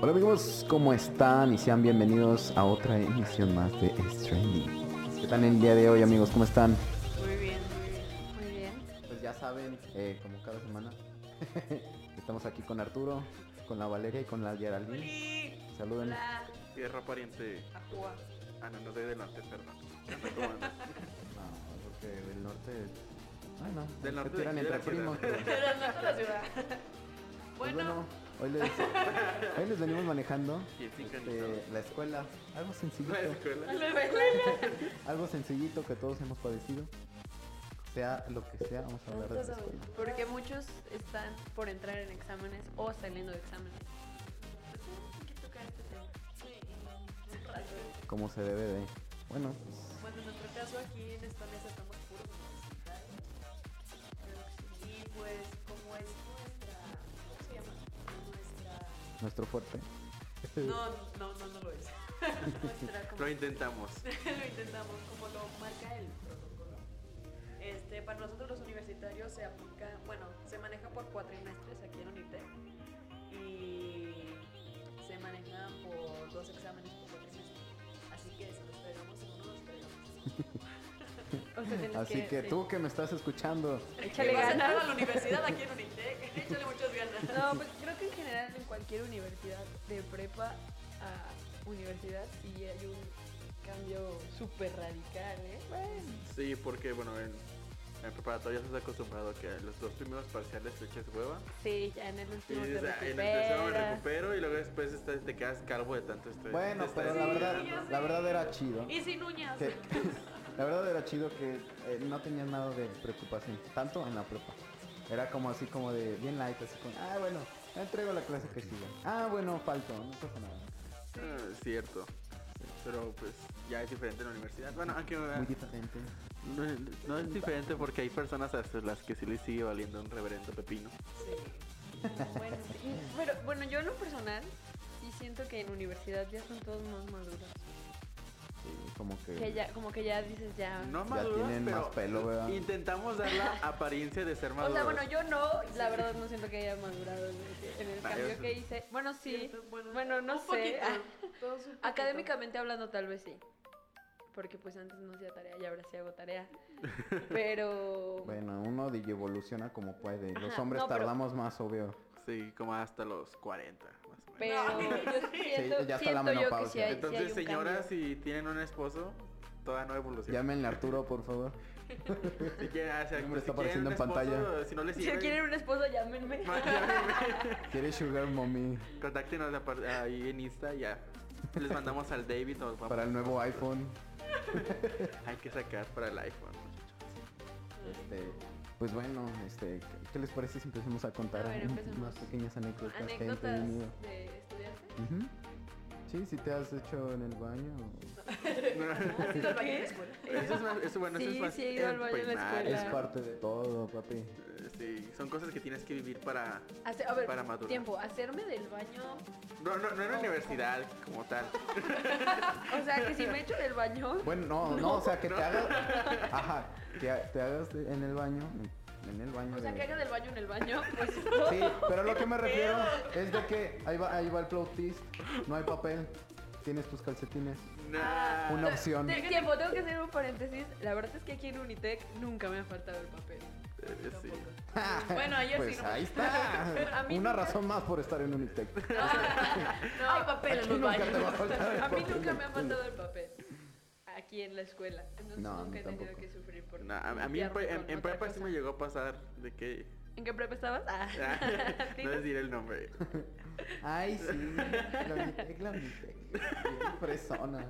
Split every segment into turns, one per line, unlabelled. Hola amigos, ¿cómo están? Y sean bienvenidos a otra emisión más de Stranding. ¿Qué tal el día de hoy amigos? ¿Cómo están?
Muy bien, muy bien.
Pues ya saben, eh, como cada semana, estamos aquí con Arturo, con la Valeria y con la Geraldine.
Juli,
Saluden.
hola,
Tierra pariente.
Ajúa.
Ah, no, no de delante, perdón. Ya sé cómo ando.
No, Ah, porque del norte... Ay, no,
Del
se
norte de
tiran
aquí de
entre
la ciudad.
primos, pero-
Pero no con la ciudad.
Pues
Bueno,
hoy les, hoy les venimos manejando
Y es sincronizado.
este, la escuela, algo sencillito,
La escuela.
lo de
algo sencillito que todos hemos padecido. Sea lo que sea, vamos a hablar de la escuela.
Porque muchos están por entrar en exámenes o saliendo de exámenes. Pues tenemos que tocar este tema.
Como se debe de. Bueno, pues,
Bueno, en nuestro caso aquí en esta mesa estamos puros universitarios. Y pues, como es nuestra. ¿Cómo se llama? Nuestra.
nuestro fuerte.
No, no, no, no lo es. nuestra como
Lo intentamos.
lo intentamos, como lo marca el protocolo. Este, para nosotros los universitarios se aplica, bueno, se maneja por cuatrimestres aquí en UNITEC y se maneja por dos exámenes por cuatrimestre. Así que si nos pegamos en uno, nos pegamos.
Así que tú que me estás escuchando,
Échale ganas. a la universidad aquí en UNITEC, échale muchas ganas.
No, pues creo que en general en cualquier universidad, de prepa a universidad, sí hay un cambio súper radical, ¿eh?
Sí, porque bueno, en, en preparatoria estás acostumbrado a que los dos primeros parciales le eches hueva.
Sí, ya en el
Y
último te
dices, "Ay, en el tercero me
recuperas.
recupero y luego después estás- te quedas calvo de tanto estrés.
bueno,
Te
pero
estás
la
estudiando.
verdad, la verdad era chido.
Y sin uñas.
Que- la verdad era chido que eh, no tenías nada de preocupación, tanto en la prepa. Era como así como de bien light, así como, ah bueno, entrego la clase que sigue. Ah bueno, falto, no pasa nada.
Ah, es cierto. Pero pues ya es diferente en la universidad. Bueno, aunque
Muy diferente.
no, no es diferente porque hay personas a las que sí les sigue valiendo un reverendo pepino.
Bueno, sí, pero bueno, yo en lo personal sí siento que en universidad ya son todos más maduros.
Sí, eh, como que...
Que ya, como que ya dices ya...
No
Ya
maduros,
tienen
pero
más pelo, ¿verdad?
intentamos dar la apariencia de ser
O
maduros.
sea, bueno, yo no, la verdad no siento que haya madurado en el- en el
Ah,
cambio
eso-
que hice. Bueno, sí,
Bueno,
bueno, no
un
sé. Ah,
poquito, todos un poquito.
Académicamente hablando, tal vez sí. Porque pues antes no hacía tarea y ahora sí hago tarea. Pero.
Bueno, uno evoluciona como puede. Los
Ajá,
hombres
no, pero-
tardamos más, obvio.
Sí, como hasta los 40, más o menos.
Pero yo siento,
ya está la
siento yo que
menopausia.
sí hay, sí
Entonces,
hay un
señoras,
cambio.
si tienen un esposo, toda no evoluciona.
Llámenle a Arturo, por favor.
Si quieren, ah, o sea,
El número
si
está apareciendo
quieren un
en
esposo,
pantalla.
Si no les
Si
sirve,
quieren un esposo, llámenme.
ma- llámenme.
¿Quieres sugar mommy
Contáctenos a par- ahí en Insta ya. Les mandamos al David. Nos vamos-
para el nuevo iPhone?
Hay que sacar para el iPhone. muchachos.
Este, pues bueno, este, ¿qué- ¿qué les parece si empezamos a contar
A ver,
un-
empecemos.
unas pequeñas anécdotas, que han
Anécdotas
tenido?
de estudiante.
Ujú. Sí, si te has hecho en el baño. o-
¿Has ido al baño de la escuela?
Eso es más, eso, bueno, eso
Sí,
es más
sí he ido al baño en la
primaria.
Es
Claro.
parte de todo, papi.
Eh, Sí, son cosas que tienes que vivir para...
Hace- a ver,
Para madurar.
tiempo, hacerme del baño.
No, no, no en la universidad como tal.
O sea, que si me echo del baño.
Bueno, no, no, o sea, que te hagas... Ajá, que ha- te hagas de- en el baño, en- en el baño
O sea,
de-
que haga del baño en el baño. Pues
Sí, pero lo que me refiero es de que ahí va, ahí va el flautist, no hay papel, tienes tus calcetines.
Ah.
Nah.
Una opción.
Te- Tiempo, tengo que hacer un paréntesis. La verdad es que aquí en Unitec nunca me ha faltado el papel.
Eh, sí.
Tampoco.
Bueno, ayer
pues
sí. ¿no?
ahí está.
A mí
Una
nunca-
razón más por estar en Unitec.
No, hay papel
Aquí
en los
nunca
baños.
te va a faltar el
A mí
papel
nunca me
del
ha faltado el papel. Aquí en la escuela. Entonces
No, a mí
nunca he tenido
tampoco.
que sufrir por
No, a, a mí en,
limpiarme
pre- en-
con
en
otra
prepa sí
cosa.
me llegó a pasar de que...
¿En qué prepa estabas? Ah. Sí,
no
no.
les diré el nombre.
Ay, sí. La Unitec, la Unitec. Bien Fresona.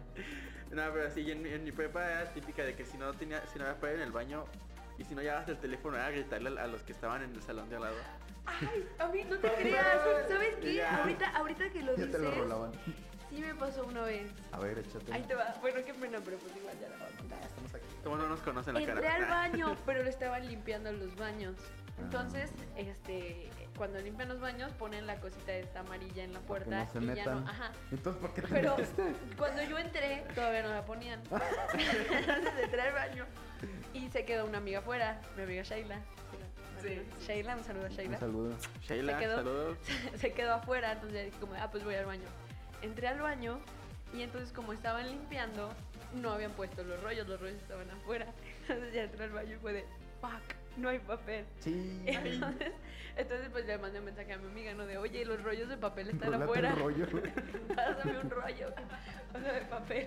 No, pero sí, en, mi- en mi prepa era típica de que si no tenía, si no había papel en el baño y si no llevabas el teléfono era gritarle a, a los que estaban en el salón de al lado.
Ay, a mí no te creas. ¿Sabes qué?
Ya.
Ahorita, ahorita que lo
Ya te
dices,
lo rolaban.
sí me pasó una vez.
A ver, échate.
Ahí te va. Bueno, qué pena, pero pues igual ya la va.
Estamos aquí.
¿Cómo no nos conocen la
Entré
cara?
al
Ah,
baño, pero lo estaban limpiando los baños.
Ah.
Entonces, este, cuando limpian los baños, ponen la cosita esta amarilla en la
Para que
puerta
no se
y ya
metan.
no. Ajá.
Entonces, ¿por qué te
Pero
metiste?
cuando yo entré, todavía no la ponían. Entonces entré al baño y se quedó una amiga afuera, mi amiga Shaila.
Sí.
Sheila, un saludo a
Un
Sheila.
saludo.
Sheila,
Se quedó.
saludos.
se quedó afuera, entonces ya dije como, ah, pues voy al baño. Entré al baño y entonces como estaban limpiando, no habían puesto los rollos, los rollos estaban afuera. Entonces ya entré al baño y fue de, fuck, no hay papel.
Sí.
Entonces, entonces pues le mandé un mensaje a mi amiga, ¿no? De, oye, los rollos de papel están
Rólate un
afuera.
rollo.
Pásame un rollo, o sea, de papel.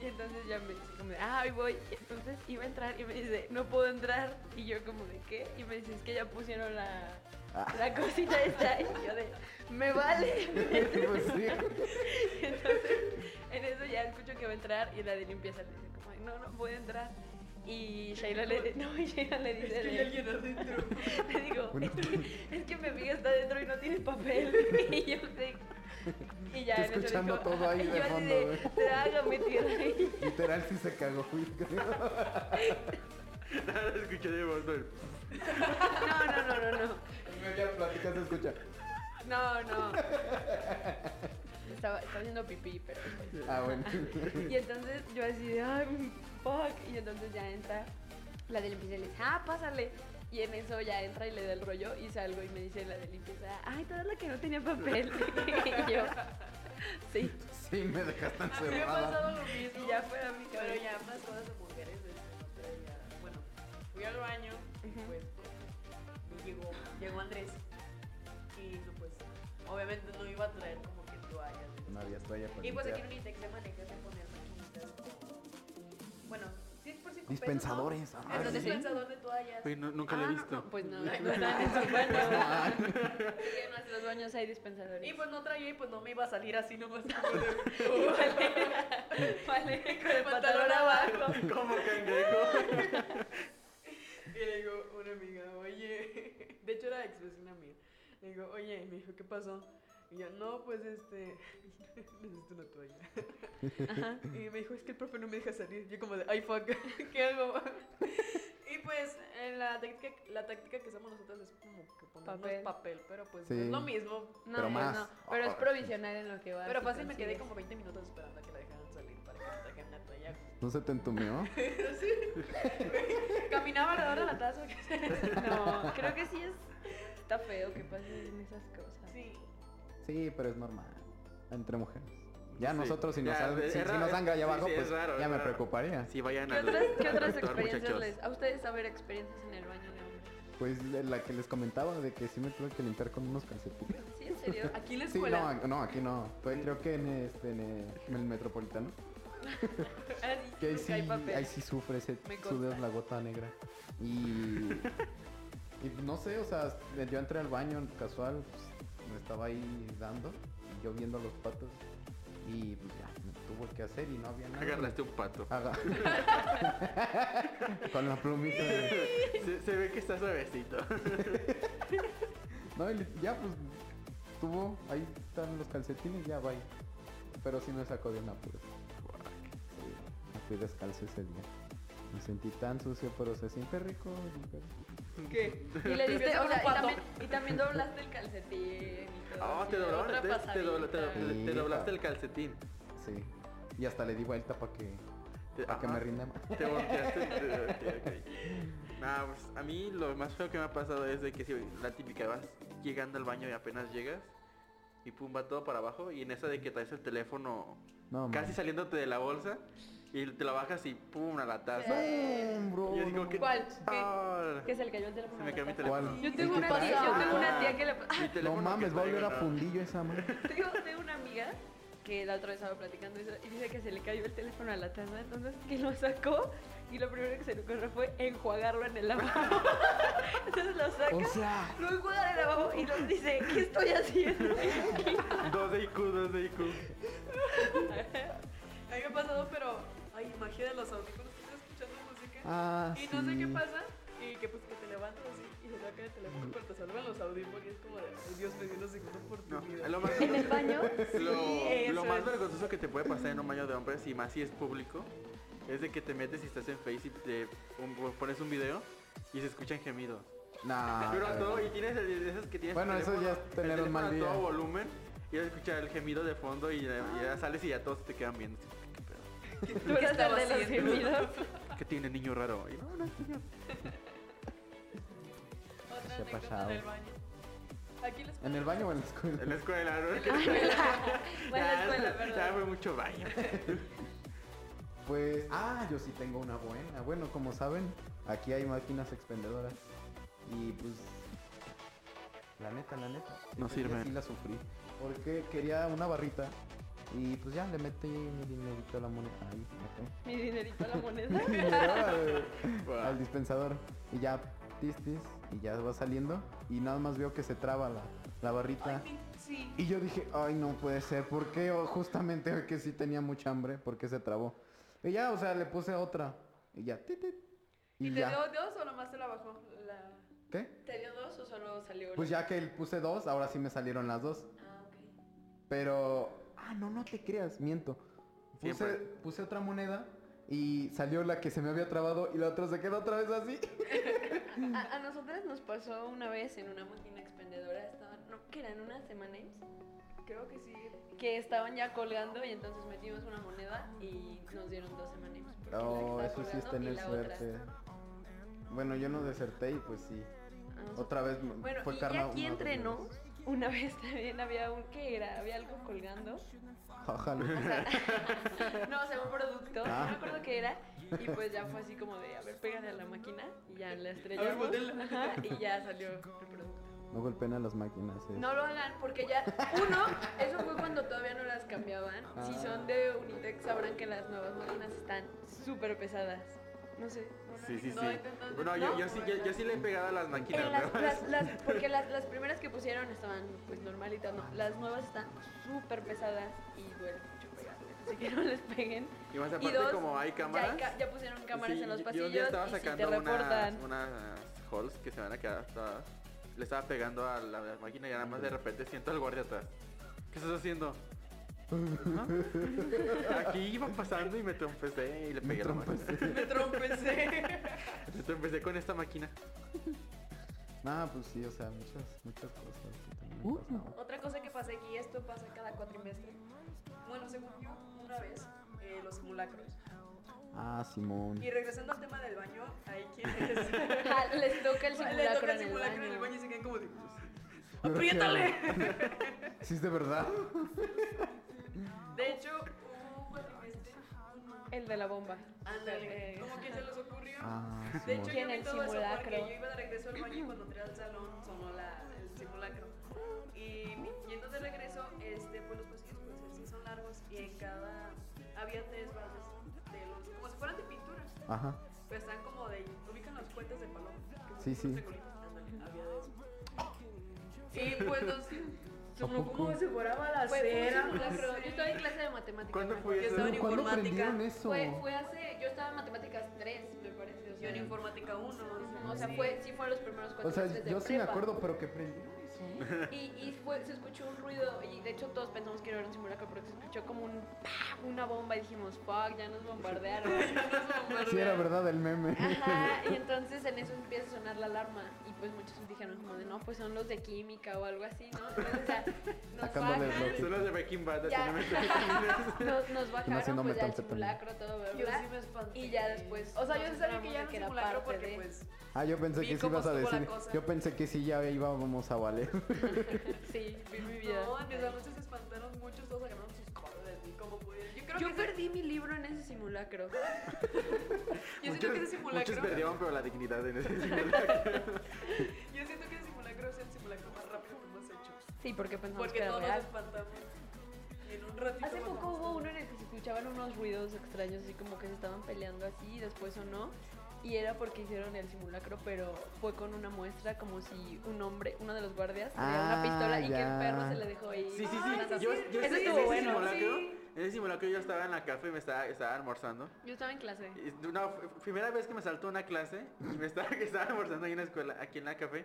Y entonces ya me dice como, de, ah, ahí voy. Y entonces iba a entrar y me dice, no puedo entrar. Y yo como, ¿de qué? Y me dice, es que ya pusieron la,
Ah.
la cosita esta. Y yo de, me vale.
Pues sí.
Entonces, en eso ya escucho que va a entrar y la de limpieza le dice como, "Ay, no, no puede entrar. Y Sheila le, no, y Sheila le dice, de-
adentro.
le digo,
Bueno.
es, que, es que mi amiga está dentro y no tiene papel. Y yo le digo, y ya
Estoy
en eso
escuchando
dijo,
todo ahí
"Ay",
de
yo así
fondo, eh". güey.
Trágame tierra.
Literal sí se cagó. güey.
Nada, escuché de voz del-
No, no, no, no, no.
Ya platicas, se escucha.
No, no. Estaba, estaba haciendo pipí, pero.
Ah, bueno.
Y entonces yo así de, ay, mm, fuck. Y entonces ya entra la de limpieza y le dice, ah, pásale. Y en eso ya entra y le da el rollo y salgo y me dice la de limpieza, ay, toda la que no tenía papel. y yo, sí.
Sí, me dejaste
me ha
encerrada.
pasado lo mismo.
Y ya fue a mi
Pero
cabeza.
ya más cosas de mujeres. este, ya, Bueno, fui al baño y
Ujú.
pues me llegó, llegó Andrés. Y no, pues obviamente no iba a traer como que toallas.
No había toalla para
Y pues aquí en
limpiar.
Unitec se maneja de poner maquinitas. Bueno, sí es por cinco pesos, ¿no?
Dispensadores.
Es
ah,
un
Entonces,
sí.
dispensador de toallas.
Oye, no- nunca lo
Ah,
he
no,
visto.
no, pues no, no están en su
Pues
baño. Y en nuestros baños hay dispensadores.
Y pues no traía y pues no me iba a salir así nomás. como de-
vale, vale, con el
pantalón
pantalón abajo.
Como cangrejo.
Y le digo a una amiga, oye, de hecho era ex vecina mía. Le digo, oye, y me dijo, ¿qué pasó? Y yo, no, pues este, necesito una toalla.
Ajá.
Y me dijo, es que el profe no me deja salir. Yo como de, ay, fuck, ¿qué hago? y pues eh, la táctica, la táctica que hacemos nosotros es como que ponernos
Papel.
papel, pero pues
Sí.
no es lo mismo.
No,
Pero
pues
más. Ah,
no, pero es provisional en lo que va.
Pero
si
fácil me quedé
consigues.
como 20 minutos esperando a que la dejaran salir para que me trajeran una toalla.
¿No se te entumió?
Caminaba alrededor de la taza. que se-
No, creo que sí es. Está feo que pasen esas cosas.
Sí.
Sí, pero es normal. Entre mujeres. Ya
Sí.
nosotros, si nos,
Ya,
sal-
es
si, si
raro,
nos
es-
sangra allá
sí,
abajo,
sí, es
pues
raro,
ya
es
me
raro.
preocuparía.
Sí, vayan
¿Qué
a
otras, qué otras
doctor,
experiencias
muchachos.
les. A ustedes saber experiencias en el baño de hombres?
Pues de la que les comentaba de que sí me tuve que limpiar con unos calcetines.
Sí, en serio.
Aquí en la
Sí,
escuela.
no, a- no, aquí no. Fue, creo que en, este, en, eh, en el metropolitano.
Ay,
Que ahí
nunca
sí,
hay papel.
ahí sí sufre, se
Me consta.
sudas la gota negra. Y, y no sé, o sea, yo entré al baño casual, pues, me estaba ahí dando, y yo viendo los patos. Y pues ya, me tuvo que hacer y no había nada.
Agarraste un pato.
Aga- Con la plumita. de-
Se, se ve que está suavecito.
No, y li- ya pues tuvo, ahí están los calcetines, ya bye. Pero sí me sacó de una apuro. Sí, me fui descalzo ese día. Me sentí tan sucio, pero se siente rico. limpiar.
¿Qué?
Y le diste,
Empieza
o sea,
con un
y
pato.
también, y también doblaste el calcetín y todo.
Ah,
así,
te doblaron,
otra
te, te dobla- te do-
pasadita.
Sí,
te doblaste
pa.
el calcetín.
Sí. Y hasta le di vuelta para que,
Te-
pa' que
ajá.
me rinda más.
Te volteaste. te- ok, ok. Nah, pues a mí lo más feo que me ha pasado es de que si la típica vas llegando al baño y apenas llegas y pum va todo para abajo y en esa de que traes el teléfono
No,
casi
man.
saliéndote de la bolsa y te la bajas y pum a la taza.
No, bro.
Yo digo
no.
que-
¿Cuál? ¿Qué?
Ah,
Que se le cayó el teléfono.
se me cayó mi
¿verdad?
teléfono.
¿Cuál?
Yo
El
tengo,
que
una tía, yo
pasa.
tengo una tía que le.
Mi
No
teléfono
mames,
que
va a volver a
traigo, no.
fundillo esa madre.
Tengo, tengo una amiga que la otra vez estaba platicando eso y dice que se le cayó el teléfono a la taza, entonces que lo sacó y lo primero que se le ocurrió fue enjuagarlo en el lavabo. entonces lo saca,
O sea,
lo enjuaga en el lavabo y nos dice, ¿qué estoy haciendo?
Dos de IQ, dos de IQ.
A mí me ha pasado, pero. Ay, magia de los audífonos que estás escuchando música.
ah,
y no sé qué
sí.
pasa. Y que pues que te levantas así y se saca el teléfono, pero te salvan los audífonos. Y es como de, ay, Dios me dio una segunda
No,
oportunidad.
lo más,
en el baño.
lo,
eso
lo más
es.
vergonzoso que te puede pasar en un baño de hombres, y más si es público, es de que te metes y estás en Face y te un- pones un video y se escuchan gemidos.
Nah,
Pero a
eh,
todo, y tienes el- de esas que tienes
Bueno,
el
eso ya es
el
tener un mal
teléfono a todo
día.
volumen y vas a escuchar el gemido de fondo y ya, y ya sales y ya todos te quedan viendo. así, ¿Qué, pedo?
Tú eras la
estaba
de los
haciendo?
gemidos.
¿Qué tiene niño raro? Y no, no,
Otra
se ha
anécdota
pasado.
en el baño. Aquí les
¿En el baño o en la escuela?
En la escuela, ¿no?
Bueno, en la escuela,
ya,
perdón.
ya fue mucho baño.
Pues, ah, yo sí tengo una buena. Bueno, como saben, aquí hay máquinas expendedoras. Y pues, la neta, la neta.
No
ese día
sirven.
Sí la sufrí. Porque quería una barrita. Y pues ya le metí mi dinerito a la moneda. Ahí, acá.
Mi dinerito a la moneda.
Mi dinero al-
Wow.
al dispensador. Y ya, tis, tis, y ya va saliendo. Y nada más veo que se traba la, la barrita.
Ay, mi- sí.
Y yo dije, ay, no puede ser, ¿por qué? O justamente hoy que sí tenía mucha hambre, ¿por qué se trabó? Y ya, o sea, le puse otra. Y ya, tit, tit.
¿Y,
Y
te
ya.
dio dos o nomás te la bajó? La...
¿Qué?
¿Te dio dos o solo salió una?
Pues ya que le puse dos, ahora sí me salieron las dos.
Ah, ok.
Pero, ah, no, no te creas, miento. Puse,
Siempre.
puse otra moneda y salió la que se me había trabado y la otra se quedó otra vez así.
A, a nosotras nos pasó una vez en una máquina expendedora, estaban, no, que eran unas semanas,
Creo que sí.
que estaban ya colgando y entonces metimos una moneda y nos dieron dos semanas. porque
No,
la que
eso
estaba
sí es
colgando y
tener
la otra.
suerte. Bueno, yo no deserté y pues sí.
Ah.
Otra vez me-
Bueno,
fue
y
karma.
ya aquí
una
entre
vez.
nos, una vez también había un que era, había algo colgando.
Ojalá.
O sea, no, o sea, un producto,
Ah.
no me acuerdo qué era. Y pues ya fue así como de, a ver, pégale a la máquina y ya la estrellamos.
voltéala.
ajá, y ya salió el producto.
No golpeen a las máquinas. eh.
No lo hagan porque ya, uno, eso fue cuando todavía no las cambiaban. Si
Ah.
son de Unitex sabrán que las nuevas máquinas están súper pesadas. No sé.
Sí, sí, sí.
No, entonces-
No, yo, yo sí, yo, yo sí le he pegado a las
Eh,
máquinas
las-
nuevas.
las- las- porque las, las primeras que pusieron estaban pues normalitas, no. Las nuevas están súper pesadas y duele mucho pegarle. Así que no les peguen.
Y más
Y
aparte,
dos,
como hay
ya
cámaras.
ca- Ya, pusieron cámaras
sí,
en los
yo- yo
pasillos
un día estaba
y si te
sacando unas,
reportan.
unas holes que se van a quedar hasta... Le estaba pegando a la, la máquina y nada más de repente siento al guardia atrás. ¿Qué estás haciendo? "Ah, Aquí iba pasando y me trompecé y le pegué a la máquina.
Me trompecé.
Me trompecé con esta máquina.
No, pues sí, o sea, muchas, muchas cosas. que también han pasado.
Otra cosa que pasa aquí, esto pasa cada cuatrimestre. Bueno, según yo, una vez, eh, los simulacros.
Ah, Simón.
Y regresando al tema del baño, hay quienes
Ah, les toca el
le
simulacro
toca
en
el
el
simulacro en el
baño.
baño y se quedan como de... "Pues,
qué
¡Apriétale!
¿Sí es de verdad?
De hecho, hubo un cuatrimestre.
El de la bomba.
Ándale,
Eh,
como que se les ocurrió.
Ah,
De hecho,
Simón.
Que
yo
en
vi
el
todo eso porque
simulacro.
yo iba de regreso al baño y cuando entré al salón sonó la, el simulacro. Y yendo de regreso, este, pues los pasillos pues, sí son largos y en cada había tres bases de los, como si fueran de pintura,
Ajá.
pero están como de, ubican los puentes de paloma. que
Sí,
son
sí.
unos recoditos, ándale, había de eso. Y pues nos sonó como
poco?
si fuera
Fue, fue
balacera. pues,
un simulacro. Yo
sí.
estaba en clase de matemáticas.
¿Cuándo
me
fue
acuerdo.
Yo
eso?
estaba en
¿Pero ¿Cuándo aprendieron
informática.
eso?
Fue, fue hace, yo estaba en matemáticas 3, me parece. O
Yo
sea,
en informática 1.
o sea, fue, sí fueron los primeros cuatro
O sea,
meses de
yo sí me
prepa.
acuerdo, pero que aprendieron eso.
Y, y fue- se escuchó un ruido, y de hecho todos pensamos que era un simulacro, pero se escuchó como un ¡pah! una bomba y dijimos, fuck, ya nos bombardearon.
Sí, era verdad el meme.
Ajá, y entonces en eso empieza a sonar la alarma. Y pues muchos dijeron como de no, pues son los de química o algo así, ¿no? Entonces, o sea, nos
Sacándole
bajan,
bloque.
Son los de Breaking Bad,
Ya.
así
nos, nos bajaron
haciendo
pues ya el
metanfetamina.
simulacro, todo, ¿verdad?
Yo sí me espanté.
Y ya después
O sea, yo
nos
sabía que
enteramos de
ya no
que era
simulacro
parte
porque
de-
pues.
Ah, yo pensé
Vi
que sí
cómo
ibas a
estuvo la
decir.
cosa.
Yo pensé que sí ya íbamos a valer.
Sí, vi mi vida.
No, en mis anoche se espantaron muchos, todos agarraron sus cosas y cómo pudieron. Yo creo
Yo
que ese-
perdí mi libro en ese simulacro.
yo siento que ese simulacro.
Muchos perdieron, pero la dignidad en ese simulacro.
Yo siento que ese simulacro es el simulacro más rápido que hemos hecho.
Sí, porque pensamos
porque
que era
todos nos
real.
espantamos. Y en un ratito.
Hace poco
mandamos
hubo
todo.
uno en el que se escuchaban unos ruidos extraños, así como que se estaban peleando así y después o no. Y era porque hicieron el simulacro, pero fue con una muestra como si un hombre, uno de los guardias, tenía
Ah,
una pistola y que
ya.
el perro se le dejó ahí.
Sí, sí, sí.
Ah, eso
yo,
sí,
yo
eso
sí, en
estuvo
ese
bueno.
simulacro,
Sí.
en ese simulacro yo estaba en la café y me estaba, estaba almorzando.
Yo estaba en clase.
Y- No, fue- fue primera vez que me saltó una clase y me estaba, que estaba almorzando ahí en la escuela, aquí en la café.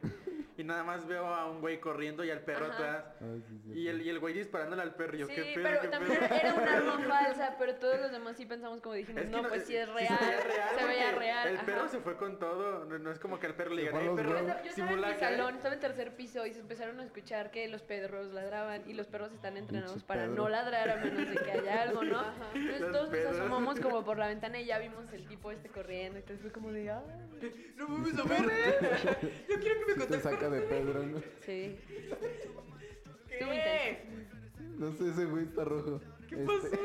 Y nada más veo a un güey corriendo y al perro
Ajá.
atrás.
Ay, sí, sí,
Y el,
sí.
y el güey disparándole al perro. y Yo,
sí,
qué pedo,
pero
qué
también
pedo?
era un arma falsa, pero todos los demás sí pensamos como dijimos,
Es que eh,
no, pues sí es
se
real,
veía real,
se veía
porque
real.
El
ajá.
perro se fue con todo. No, no es como que el perro le
Se
diga,
fue a
"Ey,
los
Yo
perro, eh?
huevos".
estaba- Yo estaba en mi
simulacro.
salón, estaba en tercer piso y se empezaron a escuchar que los perros ladraban y los perros están entrenados
Pinche
para
Pedro.
no ladrar a menos de que allá algo, ¿no? Entonces
Los
todos nos
pedos.
asomamos como por la ventana y ya vimos el tipo este corriendo. Entonces fue como de, "Ah". "Ay".
No mames, a ver. Yo quiero que
Sí
me
te
contes
saca de Pedro, ¿no?
Sí. Estuvo
¿Qué?
No sé, ese güey está rojo.
¿Qué
Este,
pasó?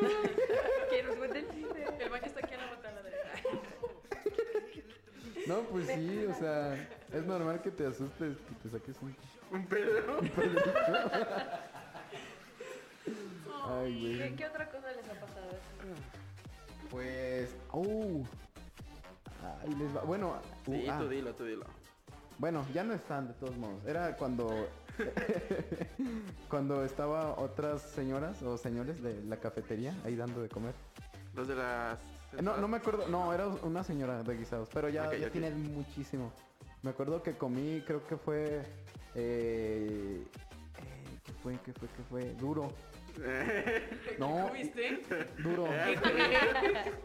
Que nos cuente el chiste.
El baño está aquí a la vuelta de la derecha.
No, pues sí, o sea, es normal que te asustes y te saques un...
Un pedo.
Ay, güey.
¿Qué, qué otra cosa les ha pasado?
Pues... ¡Uh! Ahí les va. Bueno, uh,
Sí,
ah,
tú dilo, tú dilo.
bueno, ya no están de todos modos. Era cuando... cuando estaba otras señoras o señores de la cafetería ahí dando de comer.
Los de las...
Eh, No, no me acuerdo, no, era una señora de guisados, pero ya,
Ok,
ya
ok.
tiene muchísimo. Me acuerdo que comí, creo que fue... Eh, eh, ¿Qué fue? ¿Qué fue? ¿Qué fue? Duro. No.
¿Viste?
Duro.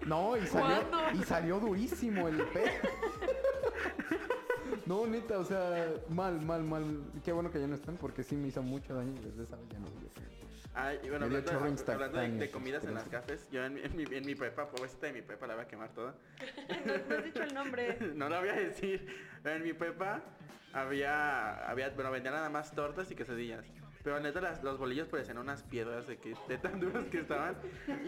No, y salió, y salió durísimo el pez. No, neta, o sea, mal, mal, mal. Qué bueno que ya no están porque sí me hizo mucho daño y desde esa vez ya no voy a hacer.
Ay, y bueno,
Me dio
hablando,
chorro
hablando de, de
instantáneo,
comidas en las
asqueroso.
cafés, yo en, mi- en mi, en mi prepa, pobrecita de mi prepa, la voy a quemar toda.
No has dicho el nombre.
no la voy a decir. En mi prepa había, había bueno, vendían nada más tortas y quesadillas. Pero neta, las- los bolillos parecían unas piedras de, que, de tan duros que estaban.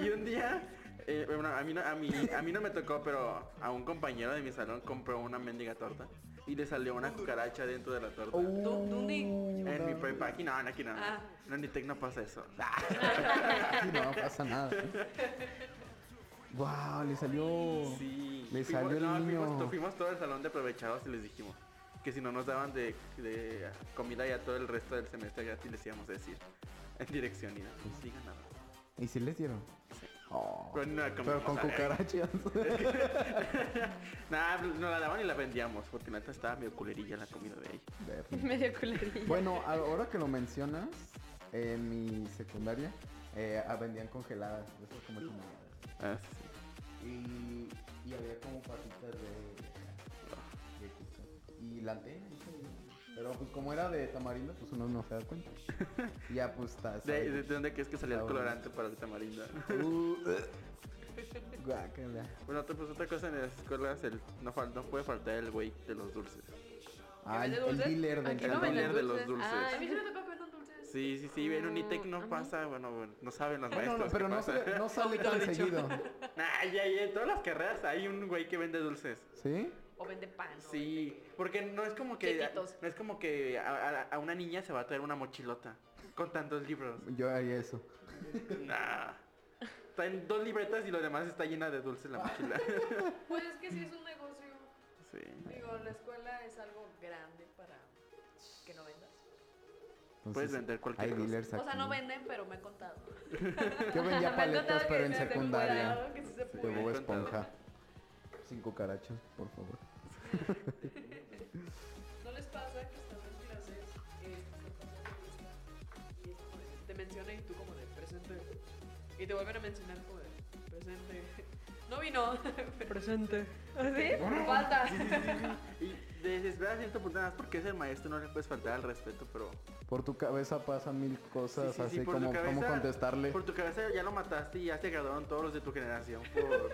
Y un día, eh, bueno, a mí, no, a, mí, a mí no me tocó, pero a un compañero de mi salón compró una mendiga torta. Y le salió una cucaracha dentro de la torta.
¿Dó- dónde?
en mi
Oh, no,
prepa, aquí no, aquí no.
Ah.
No, ni tec no pasa eso. Ah.
aquí no pasa nada. Wow, le salió.
Sí.
Le
Fuimos-
salió el
no,
niño.
Fuimos, to- fuimos todo el salón de aprovechados y les dijimos que si no nos daban de, de comida ya todo el resto del semestre gratis les íbamos a decir en dirección y no, pues no digan nada.
¿Y si les dieron? Oh,
Pero no la
pero
comimos,
con
a ver.
cucarachas.
Nada, pues, nos la daban y la vendíamos porque la neta estaba medio culerilla la comida de ahí.
Medio culerilla.
Bueno, ahora que lo mencionas, en mi secundaria eh, ah, vendían congeladas, de esas como congeladas.
Ah, sí.
Y, y había como patitas de, de queso. Y la antena, y todo, ¿no? pero pues como era de tamarindo, pues uno no se da cuenta. Y ya pues está.
¿De,
sabe.
de dónde crees que salía el
Está bueno.
colorante para el tamarindo?
Uh, guácala.
Bueno, otra, pues, otra cosa en las escuelas, el, no, fal- no puede faltar el güey de los dulces.
Ah, el,
vende
el
dulces?
dealer del
Aquí no
cantón.
venden
dealer de los
dulces.
dulces.
A
Ay,
mí se me tocó que vendan dulces.
Sí, sí, sí, ven un ITEC
Ah,
no pasa, bueno, bueno, no saben los
Ah, No,
maestros.
no,
qué
pero no,
pasa.
sale- no sale
Ahorita
tan
lo he dicho.
seguido.
Ay, ay, en todas las carreras hay un güey que vende dulces.
¿Sí?
O vende pan. ¿no?
Sí, porque no es como que
Quetitos.
no es como que a, a- a una niña se va a traer una mochilota con tantos libros.
Yo haría eso.
Nah. Está en dos libretas y lo demás está llena de dulces la mochila.
Pues es que sí es un negocio.
Sí.
Digo, la escuela este, es algo grande para que no vendas.
Entonces,
Puedes vender cualquier
Hay
cosa.
dealers
O sea, no
aquí.
venden, pero me han contado.
Yo vendía
Me han contado
paletas,
que
pero en
se te
secundaria.
Cuidado, que sí se
De
puede.
Bob
Cuéntame.
Esponja. Sin cucarachas, por favor.
¿No les pasa que están en clases eh, y es como de- te mencionan y tú como de presente? Y te vuelven a mencionar como de presente. No vino.
Presente. ¿Ah, ¿Sí?
Por falta.
Y te desesperas cierto punto nada más porque es el maestro, no le puedes faltar al respeto, pero
Por tu cabeza pasan mil cosas
Sí, sí, sí,
así
por tu
como
cabeza-
cómo contestarle.
por tu cabeza ya lo mataste y ya se graduaron todos los de tu generación por,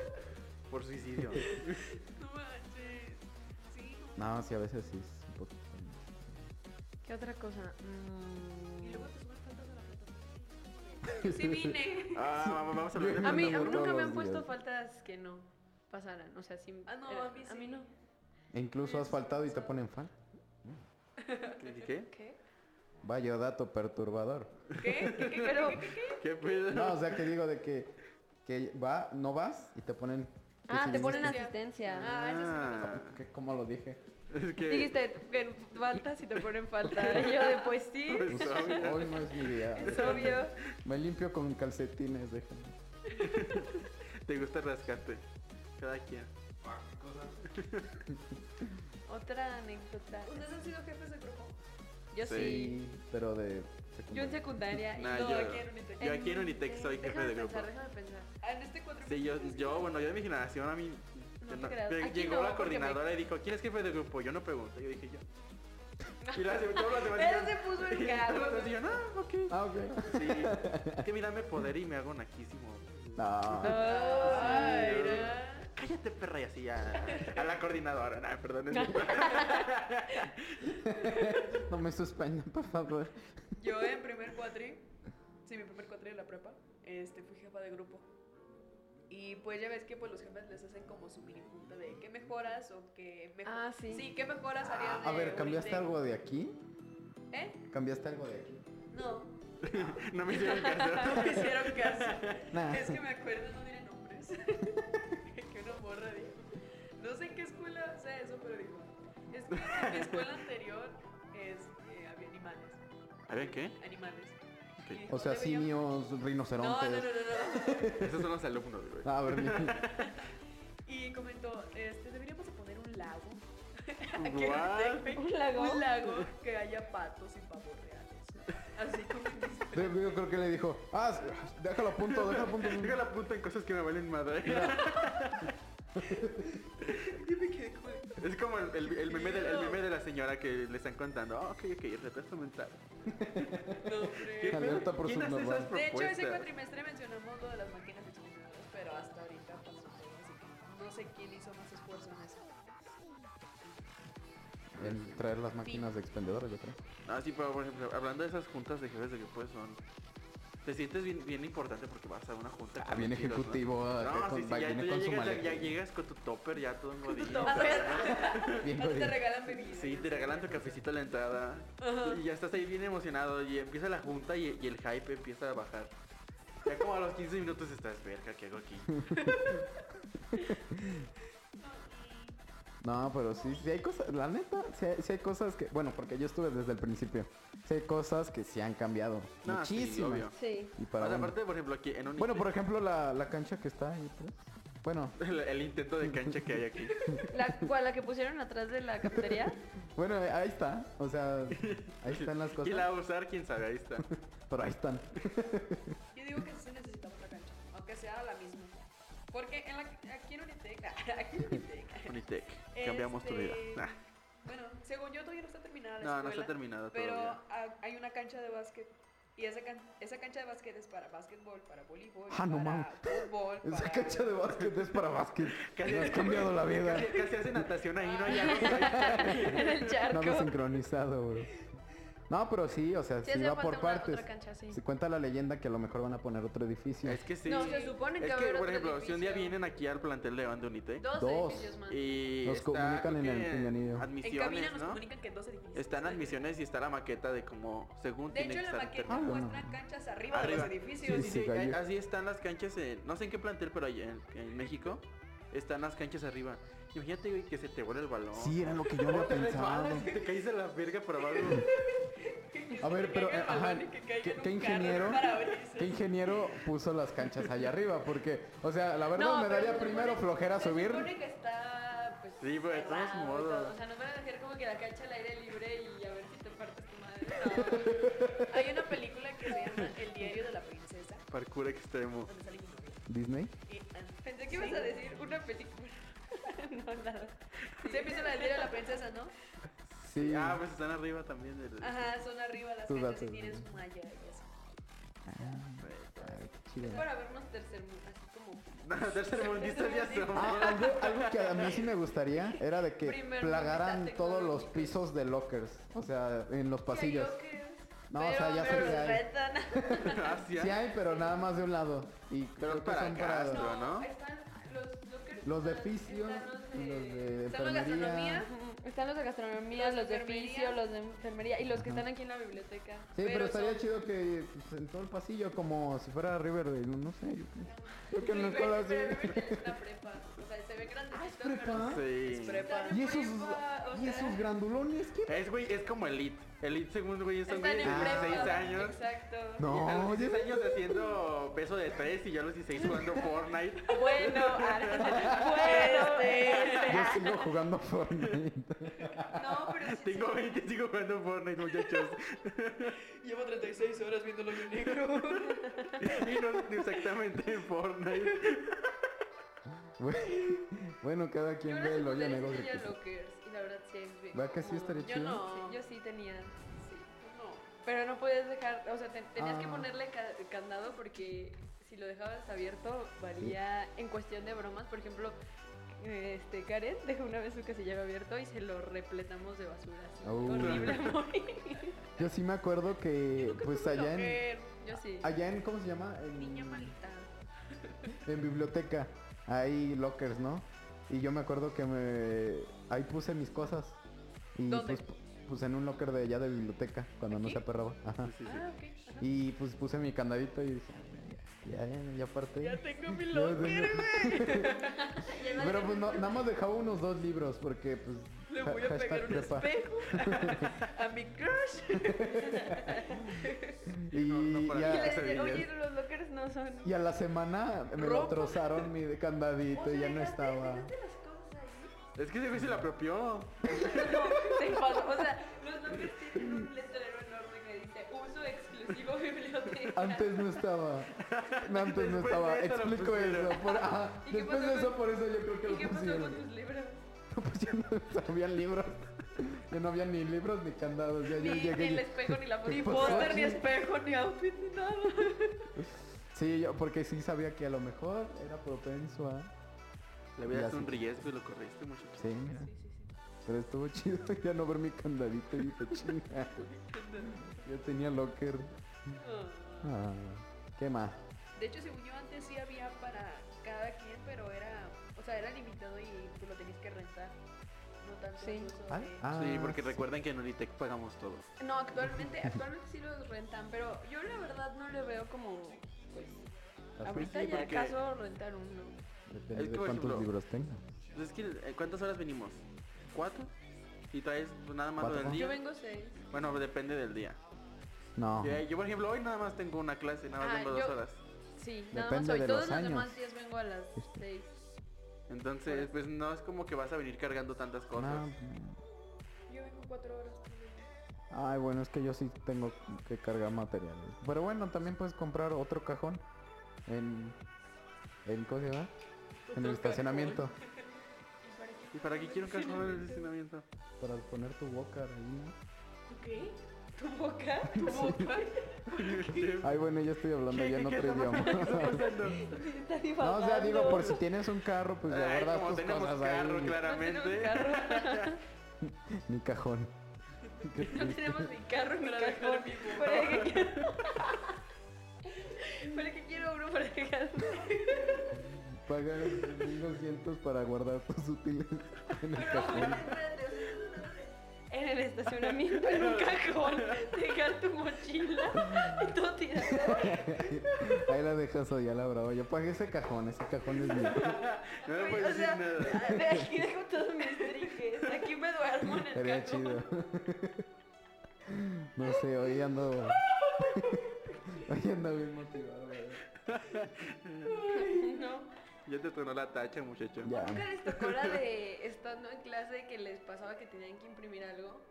por suicidio.
No manches. Sí.
No, sí, a veces sí es un poquito.
¿Qué otra cosa? Mm.
Y luego te suben faltas a la plataforma. Sí vine.
Ah, vamos, vamos a hablar de
A mí, a
Yo
mí
todos
nunca me han
los
puesto
días.
faltas que no pasaran. O sea, sí.
Ah, no,
era-
a mí sí.
no.
E incluso has faltado y te ponen fan.
¿Qué?
¿Qué?
Vaya dato perturbador.
¿Qué? ¿Qué? ¿Qué?
Pero-
¿Qué? ¿Qué? ¿Qué?
¿Qué pedo?
No, o sea, que digo de que, que va, no vas y te ponen. que
Ah,
si
te ponen
viniste-
asistencia. Ah,
Ah, eso sí me
Ah.
que ¿Cómo lo dije?
Es que...
Dijiste que faltas y te ponen falta. Y yo de pues sí.
Pues, hoy no es mi día.
Es obvio.
Me limpio con calcetines, déjenme.
Te gusta rascarte. Cada quien.
Otra anécdota.
¿Ustedes han sido jefes de grupo?
Yo sí.
Sí, pero de.
Yo en
secundaria.
secundaria. y-
Nah,
no,
yo-
aquí en Unitec.
yo aquí en Unitec soy jefe
Eh, déjame
de grupo.
pensar, Déjame pensar.
Ah, En este cuatro.
Sí, yo, yo, bueno, yo de mi generación a mí.
No
yo
te creas.
pero
Aquí
Llegó
no,
la
porque me-
coordinadora y dijo, ¿quién es jefe de grupo? Yo no pregunté, yo dije yo. Y la todos los demás
Él
dijeron-
se puso en
y
carro.
todos los demás dijeron, ah, ok.
Ah, ok.
Sí. Es que mira, me poder y me hago naquísimo.
No.
Ay,
Sí.
era-
Cállate, perra, y así a, a la coordinadora. Nah, perdón. es-
No me suspendan, por favor.
Yo en primer cuatri, sí, mi primer cuatri de la prepa, este, fui jefa de grupo. Y pues ya ves que pues los jefes les hacen como su mini punta de qué mejoras o qué mejo-
Ah, sí.
Sí, qué mejoras harías de
A ver,
un
¿cambiaste
intento?
algo de aquí?
¿Eh?
¿Cambiaste algo de aquí?
No,
No me hicieron caso.
no me hicieron caso.
Nah.
Es que me acuerdo, no diré nombres. que una morra dijo. No sé en qué escuela sea eso, pero dijo. Es que en mi escuela anterior este, había animales.
A ver, ¿qué?
Animales.
Ok.
Y dijo,
O sea,
"Deberíamos-"
simios,
No, no, no,
rinocerontes. Ah,
no, no.
Esos son los alumnos, güey.
A ver,
Y comentó, este, deberíamos de poner un lago.
What?
Que tenga-
¿Un lago?
Un lago que haya patos y pavos reales. Así como en mis-
yo creo que le dijo, ah, déjalo a punto, déjalo a punto.
Deja la punta en cosas que me valen madre.
Yo me quedé como de-
Es como el, el- el meme de, el meme de la señora que le están contando. Ah, ok, ok, retraso mental.
No, hombre.
¿Qué pedo?
Alerta por
¿Quién hace
subnormal.
esas
De hecho, ese
propuestas?
cuatrimestre mencionamos lo de las máquinas expendedoras, pero hasta ahorita pasó todo, así que no sé quién hizo más esfuerzo en eso.
En traer las máquinas de expendedores, yo creo.
Ah, sí, pero por ejemplo, hablando de esas juntas de jefes de grupos son... Te sientes bien, bien importante porque vas a una junta.
Ah,
con
bien
los chidos, ¿no?
ejecutivo, acá
No, sí,
con-
sí,
va-
ya,
viene
tú ya
con su
llegas, ya- ya
maleta.
llegas con tu topper, ya todo engordillito.
A ver,
Bien
hasta te
jodido.
regalan bebidas.
Sí, te regalan tu cafecito a la entrada. Y ya estás ahí bien emocionado. Y empieza la junta y, y el hype empieza a bajar. Ya como a los 15 minutos estás, verga, ¿qué hago aquí?
No, pero sí, sí hay cosas, la neta, sí hay, sí hay cosas que, bueno, porque yo estuve desde el principio, sí hay cosas que sí han cambiado.
No, sí,
muchísimas.
obvio.
Sí.
y para
O sea,
bueno.
aparte, por ejemplo, aquí en un...
Bueno, por ejemplo, la, la cancha que está ahí, pues. Bueno,
El, el intento de cancha que hay aquí.
¿La, cuál, la que pusieron atrás de la cafetería?
bueno, ahí está, o sea, ahí están las
Y
cosas,
la va a usar, quién sabe, ahí está.
pero ahí están.
Yo digo que sí se necesita otra cancha, aunque sea la misma. Porque en la, aquí en Unitec, aquí en Unitec,
Unitec, cambiamos tu vida.
este,
Nah.
Bueno, según yo todavía no está terminada la
No, no
escuela,
está terminado
Pero
todavía.
ha- hay una cancha de básquet. Y esa, can- esa cancha de básquet es para básquetbol, para voleibol,
Ah, no
para
mames.
fútbol,
Esa
para-
cancha de básquet es para básquet.
Casi-
Nos has cambiado la vida.
Casi, casi hace natación ahí, no hay
en el charco.
No me he sincronizado, bro. No, pero sí, o sea,
Sí,
sí,
hace
va
falta
por
una-
partes.
otra cancha, sí.
Se cuenta la leyenda que a lo mejor van a poner otro edificio.
Es que sí.
No, se supone que
es
va a
que,
haber
por
otro
ejemplo, si un día
edificio.
vienen aquí al plantel de Banda Unitec
Dos,
Dos.
edificios más.
y
Nos
está,
comunican en
creo
el
que,
Peñanillo.
En cabina
Admisiones,
nos
¿no?
comunican que dos edificios.
Están admisiones y está la maqueta de cómo, según
De
tiene
hecho,
que
la
estar
maqueta
Ah,
terminado.
bueno.
muestra canchas arriba,
Arriba.
de los
Sí, sí,
edificios.
sí,
sí, ahí-
gallo.
así están las canchas, en- no sé en qué plantel, pero allá en, en México están las canchas arriba. Imagínate güey, que se te vuela el balón.
Sí, era lo que yo
O
había
te
pensado.
resbalas y te caes a la verga por abajo.
A ver, pero, eh, ajá, ¿qué, qué ingeniero? ¿Qué ingeniero puso las canchas allá arriba? Porque, o sea, la verdad me
pero se
daría
supone-
primero flojera
se
subir.
supone que está, pues,
Sí, pero de todos
cerrado y
modos.
todo. O sea, nos van a dejar como que la cancha al aire libre y a ver si te partes tu madre. No.
Hay una película que se llama El diario de la princesa,
Parkour extremo.
donde sale mi novia.
Disney.
Y an-
Pensé que ibas a decir una película. no, nada.
Sí, empieza la del diario de la princesa, ¿no?
Sí.
Ah, pues están arriba también. del-
Ajá, son arriba las
Tus
canchas y
datos,
tienen
¿no?
su malla y eso.
Ay, qué
Es
Ah, chido.
para vernos tercer mundo, así como
No, tercermundistas ya somos.
Ah, algo, algo que a mí sí me gustaría era de que
Primer
plagaran
mundista
todos los
tecnológico.
pisos de lockers. O sea, en los pasillos. No,
No,
o
pero,
sea, ya
pero
sé que
los
hay.
retan.
Hacia-
Sí hay, pero nada más de un lado. Y creo que
para
son
acá,
para-
¿no?
Están los lockers,
Los de
están-
fisio,
están
los
los de...
de
Están los de
enfermería.
gastronomía.
Ujú, Están los de gastronomía,
Los
los,
de
de
enfermería.
fisio, los de enfermería y los que
Ajá.
están aquí en la biblioteca.
Sí, pero,
pero
estaría
son-
chido que pues, en todo el pasillo, como si fuera Riverdale, no sé. Yo creo, creo que en la
Sí,
escuela
güey, pero
así.
viven en la prepa. O sea, se ven grandecitos,
prepa.
Sí.
Es prepa.
Y esos,
prepa, o
y esos
sea.
grandulones, ¿qué?
Es, güey, es como elite. Elite, según güey, son
Están en
güeyes de
Ah.
prepa.
16 años.
Exacto.
No,
A los 16
oye.
años haciendo peso de 3 y yo a los 16 jugando Fortnite.
Bueno, ah, bueno, este,
Yo
ah,
sigo jugando Fortnite.
No, pero sí, sí.
Tengo 20, sigo jugando Fortnite, muchachos.
Llevo 36 horas viendo el hoyo negro.
Y no exactamente en Fortnite.
Bueno, cada
Yo
quien
en la
ve el hoyo
secundaria
negro.
sí tenía
que-
lockers y la verdad sí es Sí.
¿Va que sí estaría
Yo
chido?
no.
Sí, yo sí tenía.
Sí, pues no.
Pero no podías dejar, o sea, te- tenías que
Ah.
ponerle ca- candado porque si lo dejabas abierto, valía en cuestión de bromas. Por ejemplo, este Karen dejó una vez su casillero abierto y se lo repletamos de basura. Así,
Au.
Horrible amor.
Yo sí me acuerdo que, pues allá en,
Yo sí. Ah,
allá en, ¿cómo se llama? En,
Niña malita.
en biblioteca hay lockers, ¿no? Y yo me acuerdo que me, ahí puse mis cosas. Y
¿Dónde?
Pues, pues en un locker de allá de biblioteca, cuando no
¿Aquí?
se aperraba. Ajá.
Sí, sí, sí.
Ah, ok. ajá.
Y pues puse mi candadito y dije, "Ah, ya, ya, ya aparté.
Ya tengo mi
Ya
locker,
tengo-
güey.
Pero pues no, nada más dejaba unos dos libros porque pues...
Le
ha-
voy a
hashtag
pegar un
prepa.
espejo a mi crush.
Y,
No, no para
y
Y
a,
Ah,
le
esa
dije,
idea.
oye, los lockers no son.
y a la semana me lo
Ropa.
trozaron mi
O
candadito
sea,
y ya no
dejaste-
estaba.
dejaste las cosas ahí.
Es que ese güey se la apropió.
Se pasó, O sea, los lockers tienen un letrero enorme que dice uso exclusivo biblioteca.
Antes no estaba. No, antes no
Después
estaba.
de eso lo
Explico eso.
pusieron.
Por- ajá,
¿Y qué
después
pasó
de eso,
con-
por eso yo creo que
¿Y
lo
qué pasó con
pusieron.
tus libros?
No, pues ya no habían libros. Ya no había ni libros ni candados. Ya
Ni,
yo
ni
llegué.
el
y-
espejo, ni la
¿Qué
ni
pasó
póster, ni
aquí?
espejo, ni outfit, ni nada.
Sí, yo, porque sí sabía que a lo mejor era propenso a.
Le
Ya
habías dado
sí.
un riesgo y lo corriste, muchacho.
Sí, mira. Pero estuvo chido ya no ver mi candadito y dije, chinga. Yo tenía locker.
Ah.
Ah, ¿Qué más?
De hecho, según yo antes sí había para cada quien, pero era, o sea, era limitado y tú lo tenías que rentar. No tanto
Sí.
el uso
Ah,
de-
ah,
Sí, porque recuerden que en Unitec pagamos todo.
No, actualmente, actualmente sí los rentan, pero yo la verdad no le veo como, pues, ahorita
sí,
ya
porque-
acaso rentar uno.
Depende
Es que,
de
por
cuántos
ejemplo,
libros tenga.
Entonces, es que, eh, ¿cuántas horas venimos? ¿Cuatro? Y traes pues, nada más lo
Cuatro.
del
Yo
día.
vengo seis.
Bueno, depende del día.
No.
eh, Yo, yo, por ejemplo, hoy nada más tengo una clase, nada más
Ah,
tengo dos
yo-
horas.
Sí, nada más
Depende
hoy.
de
Todos
los
los
años. Este.
demás días vengo a las 6.
Entonces, pues no es como que vas a venir cargando tantas cosas.
No, pues,
Yo vengo cuatro horas.
Ay, bueno, es que yo sí tengo que cargar materiales. Pero bueno, también puedes comprar otro cajón en. en ¿Cómo se llama? En el estacionamiento.
¿Y para qué quiero cargar el estacionamiento?
Para poner tu boca ahí. ¿no?
¿Tú qué?
¿Tu boca? ¿Tu boca?
Ay, bueno, yo estoy hablando
¿Qué-
ya
qué-
en
qué
otro
está
idioma.
pasando?
Está
No, o sea, digo, por si
divagando.
tienes un carro, pues de
Ay,
verdad
como
tus
tenemos
cosas
carro,
ahí.
No tenemos
claramente.
carro.
Ni cajón.
No tenemos ni carro ni
Para dejar
cajón.
mi
Para que quiero... Para que quiero uno para dejar...
Paga 1200 para guardar tus útiles en el
Pero,
cajón.
espérate, o sea, En el estacionamiento, en un cajón, dejar tu mochila y todo tirado.
Ahí la dejas allá la brava. Yo pagué ese cajón, ese cajón es mío.
No me
Güey, o
puedes decir
sea,
nada.
de aquí dejo todos mis triques, aquí me duermo en el
Sería
cajón.
chido. No sé, hoy ando. Hoy ando bien motivado, güey.
No.
Ya te tronó la tacha, muchacho.
Ya.
Nunca les tocó la de estando en clase que les pasaba que tenían que imprimir algo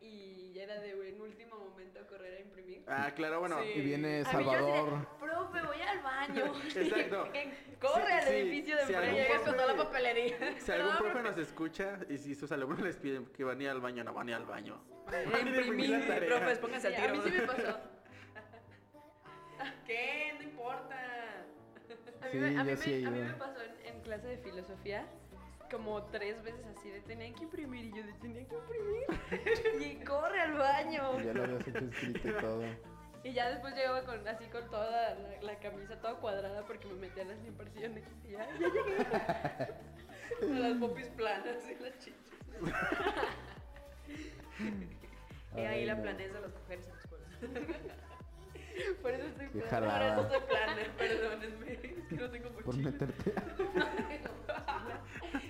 y ya era de en último momento correr a imprimir.
Ah, claro, bueno.
Y viene
A mí yo así de,
Salvador.
Profe, voy al baño.
Exacto.
Que corre al
Sí, sí,
edificio de
si
enfrente.
algún
Llegas con
profe-
toda la papelería.
Si algún
No,
profe nos escucha y si sus alumnos les piden que van a ir al baño, no van a ir al baño.
Eh,
Van a ir a imprimir la
imprimí,
tarea.
profes, pónganse
Sí,
a
a
tiro.
mí sí me pasó.
¿Qué? No importa.
A mí,
Sí,
me, a mí
yo
me-
sí he
a mí
ido.
me pasó en, en clase de filosofía como tres veces así de tenían que imprimir y yo de tenía que imprimir y corre al baño
Ya lo habías hecho escrito y todo.
y ya después llegaba con así con toda la, la camisa toda cuadrada porque me metía las impresiones y ya, ya llegué
Con las popis planas y las chichas. Y ahí
Ay,
la
no.
planeza de las mujeres en la escuela.
por eso estoy
Qué
plana.
jalada.
Por eso soy planner, perdónenme. Es que no tengo
Por
mochila.
meterte.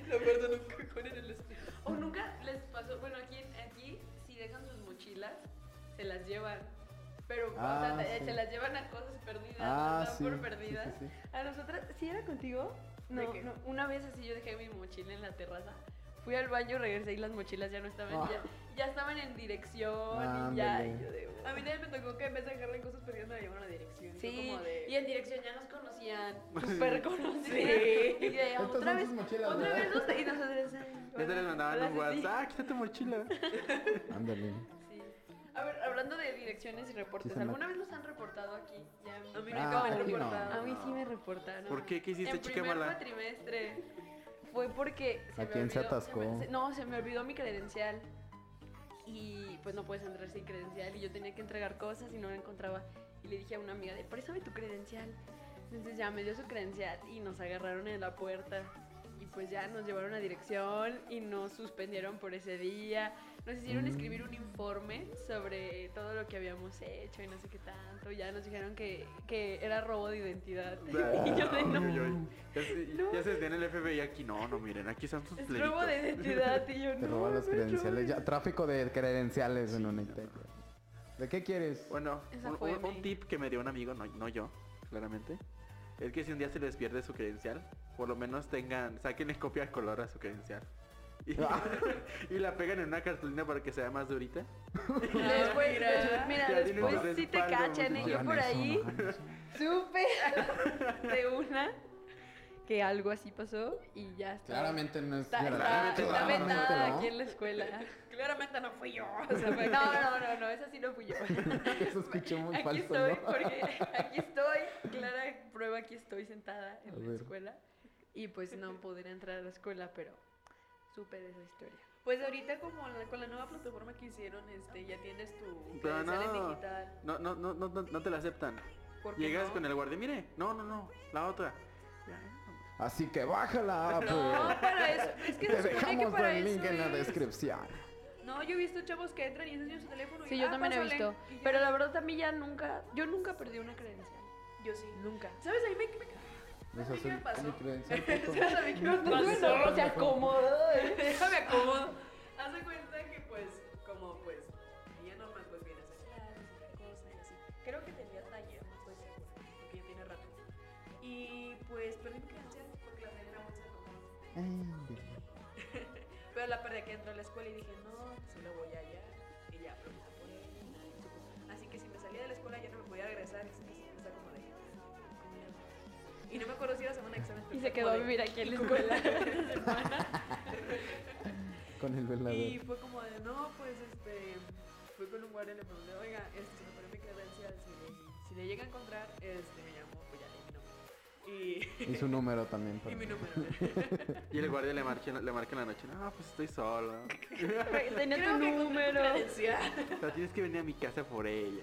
Lo guardo en un cajón en el espejo.
o nunca les pasó bueno aquí aquí si dejan sus mochilas se las llevan pero o
Ah,
sea, te- eh,
sí.
se las llevan a cosas perdidas
Ah,
las
sí.
dan por
sí,
perdidas
sí, sí.
A nosotras, ¿sí era contigo? No,
qué?
no, una vez así yo dejé mi mochila en la terraza. Fui al baño, regresé y las mochilas ya no estaban.
Ah.
Ya, ya estaban en dirección y ya.
Ándale.
y yo de,
A mí también me tocó que en vez de dejarle cosas pues, perdidas me la llevaron a dirección. y fue
Sí,
como de-
y en dirección ya nos conocían, súper conocían.
Sí.
Y de,
Estas
otra
son
vez,
sus mochilas,
otra
¿verdad?
vez nos... Y nosotros... ay,
Ya se les
hola,
mandaban
hola,
un
Ceci.
WhatsApp. Ah, quítate tu mochila.
Ándale.
Sí. A ver, hablando de direcciones y reportes,
Sí, se me-
¿alguna vez los han reportado aquí? Ya,
A mí
Ah,
nunca me han
aquí no.
reportado.
A mí sí me reportaron.
¿Por qué? ¿Qué hiciste,
En
chica
primer
mala?
cuatrimestre fue porque se
¿A
me
quién se
olvidó-
atascó?
me- se- no, se me olvidó mi credencial y pues no puedes entrar sin credencial y yo tenía que entregar cosas y no la encontraba y le dije a una amiga de préstame tu credencial. Entonces ya me dio su credencial y nos agarraron en la puerta y pues ya nos llevaron a dirección y nos suspendieron por ese día. Nos hicieron
Mm.
escribir un informe sobre todo lo que habíamos hecho y no sé qué tanto. Ya nos dijeron que, que era robo de identidad. y yo de no.
Uy, uy, uy. Ya se-
No.
Ya se desvían el FBI aquí. No, no, miren, aquí están sus
Es
plenitos.
robo de identidad y yo no.
Te roban los
no es robo
credenciales.
de-
Ya, tráfico de credenciales en una ITEC. ¿De qué quieres?
Bueno,
Esa
un,
fue
un- un
mi-
tip que me dio un amigo, no, no yo, claramente, es que si un día se les pierde su credencial, por lo menos tengan, sáquenle copia de color a su credencial. Y,
Ah.
y la pegan en una cartulina para que sea más durita.
Ah, Después,
mira.
mira,
Ya tiene
después
un
sí te
respaldo,
cachan
muchachos.
y yo por ahí supe de una que algo así pasó y ya está.
Claramente no es.
Está, está-
Claramente
está
no.
vetada aquí en la escuela.
Claramente no fui yo.
O sea, fue- no, no, no, no, esa sí no fui yo.
Eso escuchó muy
aquí
falso,
estoy,
¿no?
porque aquí estoy, clara prueba, aquí estoy sentada en
A
la
ver.
escuela. Y pues no pudiera entrar a la escuela, pero supe de esa historia.
Pues ahorita como la- con la nueva plataforma que hicieron, este, ya tienes tu
Pero
credencial en
no.
digital.
No, no, no, no, no, no te la aceptan.
¿Por qué
Llegas
no?
con el guardia, mire, no, no, no, la otra. Ya,
Así que bájala,
No,
pues.
pero es, es que
Te
se supone que
dejamos
para
el link
eso
en la
es-
descripción.
No, yo he visto chavos que entran y enseñan su teléfono. y,
Sí, yo
"Ah,
también he
pásale",
visto.
y ya.
Pero la verdad a mí ya nunca, yo nunca perdí una credencial.
Yo sí.
Nunca.
¿Sabes? A mí me... me-
Nos
¿A mí qué
hacen
me pasó?
mi credencial. puto.
¿Sabes a mí qué me pasó?
No, se acomodó. eh.
Déjame acomodo. Haz de cuenta que pues, como pues, día normal, pues vienes a clases, otra cosa y así. Creo que tenía taller, no estoy segura, porque ya tiene rato. Y pues perdí mi credencial porque la tenía en la bolsa de papá.
Eh,
Pero la perdí que entró a la escuela y dije, no, se lo voy a hallar. Y ya pregunté por él. y nadie supo. Así que si me salía de la escuela ya no me podía regresar. Y se me está como de. "¿Cómo le hago?". Y no me acuerdo si era semana de exámenes.
Y
pero
se
fue
quedó
como
a
de-
vivir aquí en la escuela.
Con el
Y
velador.
fue como de, no, pues este. Fui con un guardia y le pregunté, oiga, este, se me perdió mi credencial. Si le, si le llega a encontrar, este, me llamó, pues ya le di mi nombre. Y,
Y su número también. por
y mi
favor.
número.
ya. Y el guardia le marca, en la- le marca en la noche, no, pues estoy solo.
Tenía
Creo
tu
que encontré tu
número.
credencial.
O sea, tienes que venir a mi casa por ella.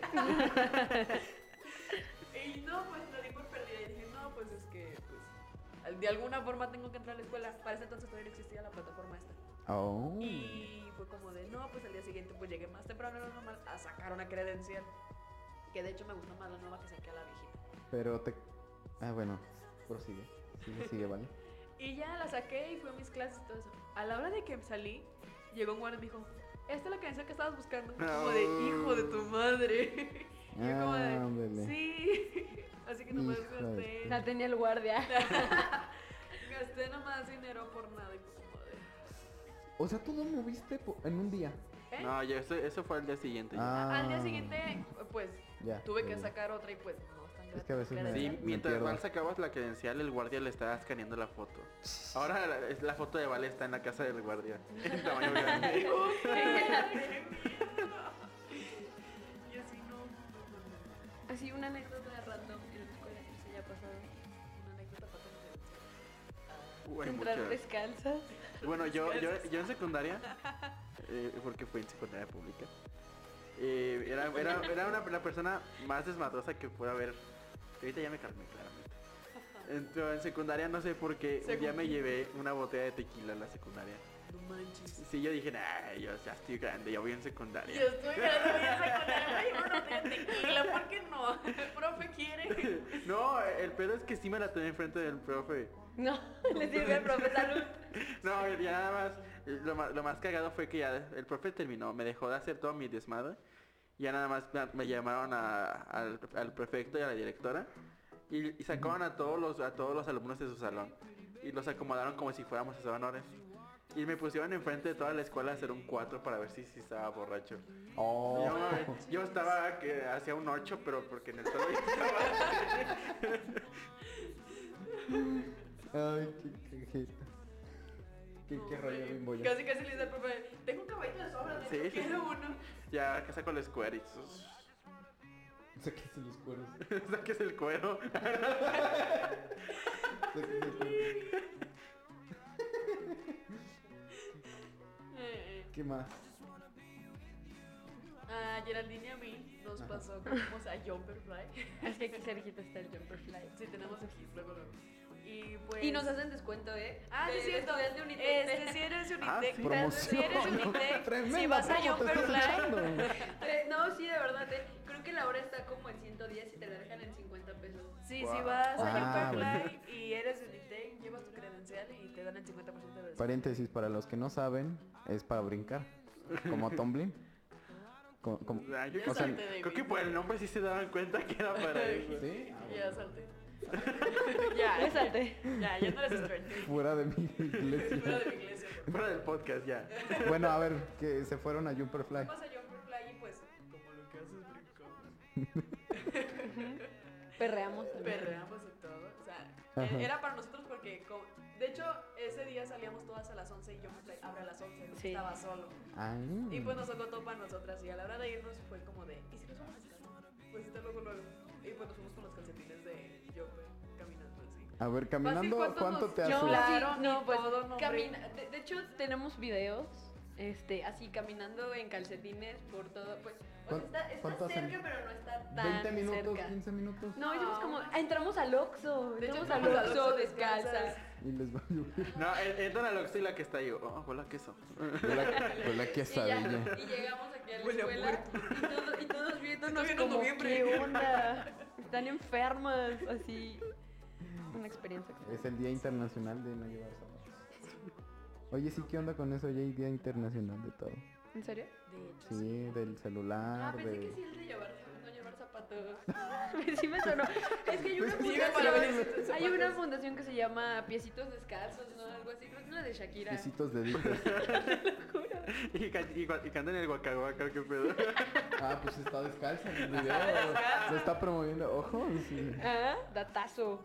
Y no, pues lo di por perdida y dije, no, pues es que, pues, al- de alguna forma tengo que entrar a la escuela. Para ese entonces todavía no existía la plataforma esta.
Oh.
Y fue como de, no, pues al día siguiente pues llegué más temprano de lo normal a sacar una credencial. Que de hecho me gustó más la nueva que saqué a la viejita.
Pero te. Ah, bueno. Prosigue. Sigue, sigue, ¿vale?
Y ya la saqué y fui a mis clases y todo eso. A la hora de que salí, llegó un guardia y me dijo, esta es la credencial que estabas buscando. Como de,
Ah.
hijo de tu madre. Y yo como de,
Ándale.
sí. Así que nomás
Ah, Hijo de
gasté.
La tenía el guardia.
Gasté nomás dinero por nada y pues como de...
O sea, tú no moviste po- en un día.
¿Eh?
No, ya, eso, eso fue al día siguiente. ya.
Ah.
Al día siguiente, pues,
Ya,
tuve que
ya, ya.
sacar otra y pues no es tan
Es que a veces me-
grande.
Sí,
Me
mientras
pierdo.
Val sacabas la credencial, el guardia le estaba escaneando la foto. Ahora la, es- la foto de Val está en la casa del guardia. En tamaño grande.
Y así no.
Así una anécdota random en la escuela que se haya pasado.
Una anécdota patente.
Uy,
Entrar
muchas.
descalzas.
Bueno, yo, yo, yo en secundaria, eh, porque fui en secundaria pública, eh, era, era, era una, la persona más desmadrosa que pueda haber. Ahorita ya me calmé, claramente. Entonces, en secundaria no sé por qué, un día me llevé una botella de tequila a la secundaria.
No manches.
Sí, yo dije, nah, yo ya estoy grande, ya voy en secundaria.
Yo estoy grabando en secundaria, y bueno, tengo tequila, ¿por qué no? El profe quiere.
No, el pedo es que sí me la tomé enfrente del profe.
No, le sirve al profe salud.
No, ya nada más. eh, Lo, ma- lo más cagado fue que ya el profe terminó, me dejó de hacer todo mi desmadre. Ya nada más me, me llamaron a- al, al prefecto y a la directora. Y, y sacaron a todos los a todos los alumnos de su salón. Y los acomodaron como si fuéramos a honores. Y me pusieron enfrente de toda la escuela a hacer un 4 para ver si, si estaba borracho.
Oh.
Yo, me- eh, yo estaba que hacía un 8, pero porque en el suelo ya estaba.
Ay, qué cajeta. Qué, qué rollo bimbo yo.
Casi, casi le dice al profe, tengo un caballito de sobra, de
Sí,
hecho,
sí,
quiero
sí.
uno.
ya que saco el square y
Sáquese los cueros.
saques el cuero.
Sáquese los cueros.
Eh, eh.
¿Qué más?
A Geraldine y a mí nos
Ajá.
pasó que fuimos a Jumperfly.
Es que aquí cerquita está el Jumperfly.
Sí, tenemos aquí, luego, luego. Y pues...
Y nos hacen descuento, ¿eh?
Ah,
De-
sí, es cierto.
de estudiante Unitec.
Este, si eres
Ah,
Unitec,
sí.
si eres
Promoción.
Unitec,
Tremenda
si vas a
promo, te estás
Jumperfly,
echando.
Eh, No, sí, de verdad. eh, Creo que la hora está como en 110 y te la dejan en 50 pesos.
sí,
Wow.
si vas a
Ah,
Jumperfly y eres Unitec, llevas tu credencial y te dan el 50% de descuento.
Paréntesis, para los que no saben, es para brincar. Como tumbling. Como, como-
Ay, yo creo,
Ya
que-
salte de
creo que
mí.
por el nombre sí se daban cuenta que era para eso.
¿Sí? Ah, bueno.
Ya salte. ya,
Salte.
Ya, ya no eres estudiante.
Fuera de mi iglesia.
Fuera de mi iglesia. por
Fuera del podcast ya.
Bueno, a ver, que se fueron a Jumperfly.
Vamos a Jumperfly y pues, como lo que haces, brincamos.
Perreamos también.
Perreamos y todo. O sea, e-,
Ajá.
era para nosotros porque, co- de hecho, ese día salíamos todas a las 11 y yo me abro a las 11, no
Sí.
estaba solo.
Ah.
Y pues nos tocó todo para nosotras y a la hora de irnos fue como de, ¿y si nos vamos a estar? Pues está luego, luego. Y pues nos fuimos con los calcetines de yo caminando así.
A ver, caminando,
¿cuánto
¿cuánto
nos-
te
yo-
hace?
la-
Claro,
Claro,
no,
y
pues
todo, no, hombre.
camina. De, de hecho, tenemos videos este, así caminando en calcetines por todo. Pues, o
¿Cuán-
sea, está, está
cuánto
cerca,
hacen?
pero no está tan
20 minutos,
cerca.
15 minutos
No, hicimos como. ah, Entramos al Oxxo.
De hecho,
Entramos al
entramos al
Oxxo
Oxxo
descalzas.
descalzas.
y les va a llover.
No, e- entra la Oxy y la que está yo. Oh, hola, queso.
Pues la
Y, ya, y llegamos aquí a la
Huele a
escuela y, todo- y todos viéndonos
Estoy en
como
noviembre.
¿qué onda? Están enfermas, así. Una experiencia.
Es el Día Internacional de No Llevar Zapatos. Oye, sí, ¿qué onda con eso? Oye, hay Día Internacional de todo.
¿En serio?
De hecho,
Sí, del celular,
Ah, pensé
de...
que sí el de llevar, no llevar zapatos. Pues sí me sonó. Es que hay una
Pues,
diga para ver
fundación,
esos
hay una
zapatos.
fundación que se llama Piecitos Descalzos, ¿no? Algo así, creo que es la de Shakira.
Pisitos de dientes.
Y, ca- y, gua- y cantan el guacaguaca, qué pedo.
Ah, pues está descalza en el video. Se está promoviendo. Ojo, sí.
Ah, datazo.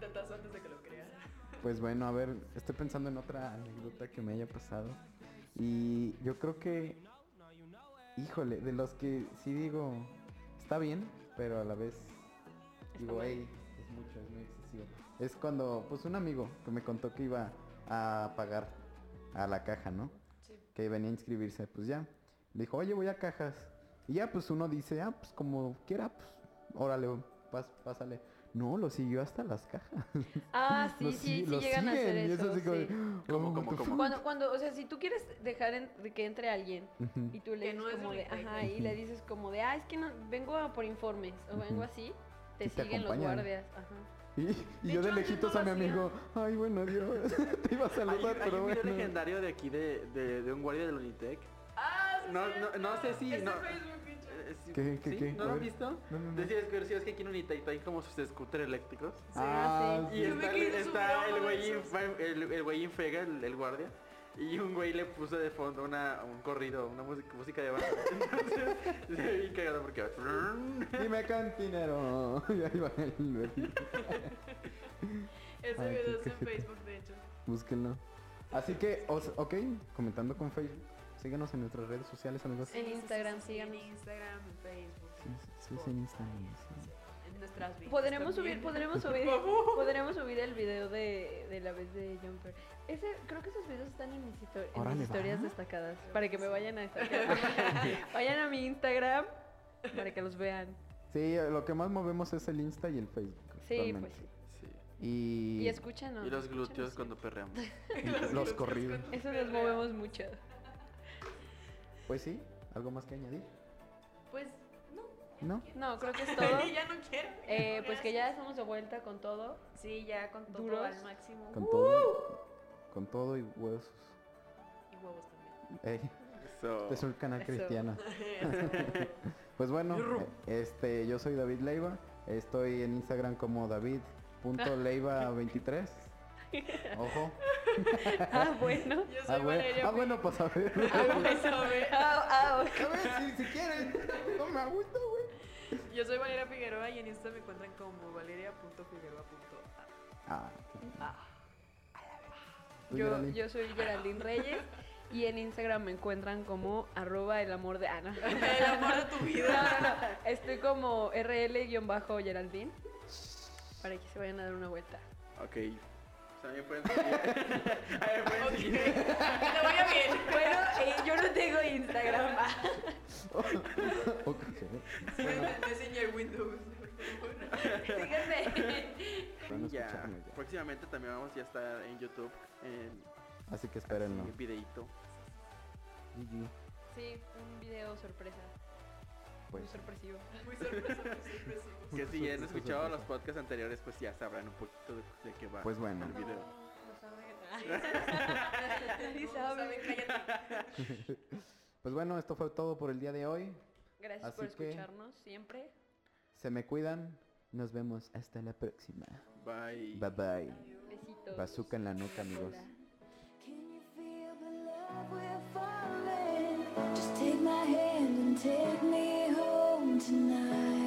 datazo antes de que lo creara.
Pues bueno, a ver, estoy pensando en otra anécdota que me haya pasado. Y yo creo que, híjole, de los que sí digo, está bien, pero a la vez digo,
mal.
hey, es mucho, es muy excesivo. Es cuando, pues un amigo que me contó que iba a pagar a la caja, ¿no?
Sí.
Que venía a inscribirse, pues ya. Le dijo, oye, voy a cajas. Y ya, pues uno dice, ah, pues como quiera, pues, órale, pas- pásale. No, lo siguió hasta las cajas.
Ah, sí,
Los
sí, sí,
sig- los
llegan a hacer
siguen, y
eso.
así como de,
sí.
¿Cómo,
"Oh,
cómo,
what the
cómo?
fuck".
Cuando, cuando, o sea, si tú quieres dejar en- que entre alguien
Ujú.
y tú le
Que
dices
no es
como de,
delincuente.
ajá, y le dices como de, ah, es que no, vengo a por informes o vengo
Ujú.
así, te
Y te
siguen los
acompañan.
guardias. Ajá.
Y, y yo
hecho,
de
antes
lejitos
no
a mi
lo hacía.
amigo, ay bueno Dios, te iba a
Hay,
saludar,
hay
pero
un video
bueno.
legendario de aquí de, de, de un guardia del Unitec.
Ah, sí,
No,
sí,
no- no sé si-
Es
no.
de Facebook, de hecho.
Eh, sí-
¿Qué, qué,
sí,
qué?
¿No
A
lo han
ver.
visto?
No, no, no.
Decía, es que decía, es que aquí en Unitec traen como sus scooters eléctricos.
Ah,
Y
Yo
está,
me quedé
está
asombrado
el
de
güey
eso.
infa- el, el güey infega, el, el guardia. Y un güey le puso de fondo una, un corrido, una música, música de banda. Entonces, se ve bien cagado porque...
Dime cantinero. Y ahí va el güey.
Ese
Ay, qué
video es en
cajeta.
Facebook, de hecho.
Búsquenlo. Así que, os- ok, comentando con Facebook, síganos en nuestras redes sociales, amigos.
En Instagram,
En
síganos.
Instagram, en Facebook.
Sí, sí, sí, en Instagram. sí.
En nuestras vidas.
Podremos
también.
subir, podremos subir,
Por favor.
podremos subir el video de, de la vez de Jumper. Ese, creo que esos videos están en mis, histo- en
Órale,
mis
va.
historias destacadas, para que me vayan a destacar. vayan a mi Instagram para que los vean.
Sí, lo que más movemos es el Insta y el Facebook.
Sí,
actualmente.
pues. sí.
Sí.
Y,
Y escúchanos.
Y los
escúchanos.
glúteos cuando perreamos.
los,
glúteos
corridos.
con-
Eso nos movemos mucho.
Pues sí, ¿algo más que añadir?
Pues, no.
¿No?
No, creo que es todo.
Todo. ya no quiero.
Eh, pues que ya
Gracias.
estamos de vuelta con todo.
Sí, ya con todo
Duros.
al máximo. Uh,
Con todo. Con todo y huesos.
Y huevos también.
Ey,
So,
este es un canal
Eso.
cristiano. Pues bueno,
Yurru.
eh, este, yo soy David Leiva, estoy en Instagram como david.leiva23 Ojo.
Ah, bueno.
Yo soy
Ah, bueno,
Valeria.
ah, bueno pues a ver.
Pues, a ver.
Ah, ah, ok.
A ver, si, si quieren. No me gusta, güey.
Yo soy Valeria Figueroa y en Insta me encuentran como valeria.figueroa.a.
Ah, tú,
Yo,
Geraldine.
yo soy Geraldine Reyes y en Instagram me encuentran como arroba el amor de Ana.
El amor de tu
No, no,
vida.
no. Estoy como RL-Geraldine para que se vayan a dar una vuelta.
Ok. O sea, me pueden seguir. Ahí me pueden seguir.
Te voy a bien.
Bueno, eh, yo no tengo Instagram. ah.
Ok.
Sígueme en Messenger Windows.
Síganme.
Van a
Ya. Pues,
escucharnos ya.
Próximamente también vamos ya a estar en YouTube. En
Así que espérenlo.
un videito.
GG,
Sí, un video sorpresa.
Pues.
Muy sorpresivo.
Muy sorpresa, muy sorpresivo.
Que si ya han
Sorpresa,
escuchado los
sorpresa.
podcasts anteriores, pues ya sabrán un poquito de, de qué va.
Pues bueno.
El video.
No
Nadie
Nadie sabe.
cállate.
Pues bueno, esto fue todo por el día de hoy.
Gracias
Así
por
que-
escucharnos siempre.
Se me cuidan. Nos vemos hasta la próxima.
Bye.
Bye bye.
Besitos.
Bazooka en la nuca, amigos.
Hola.
Can you feel the love we're falling? Just take my hand and take me home tonight.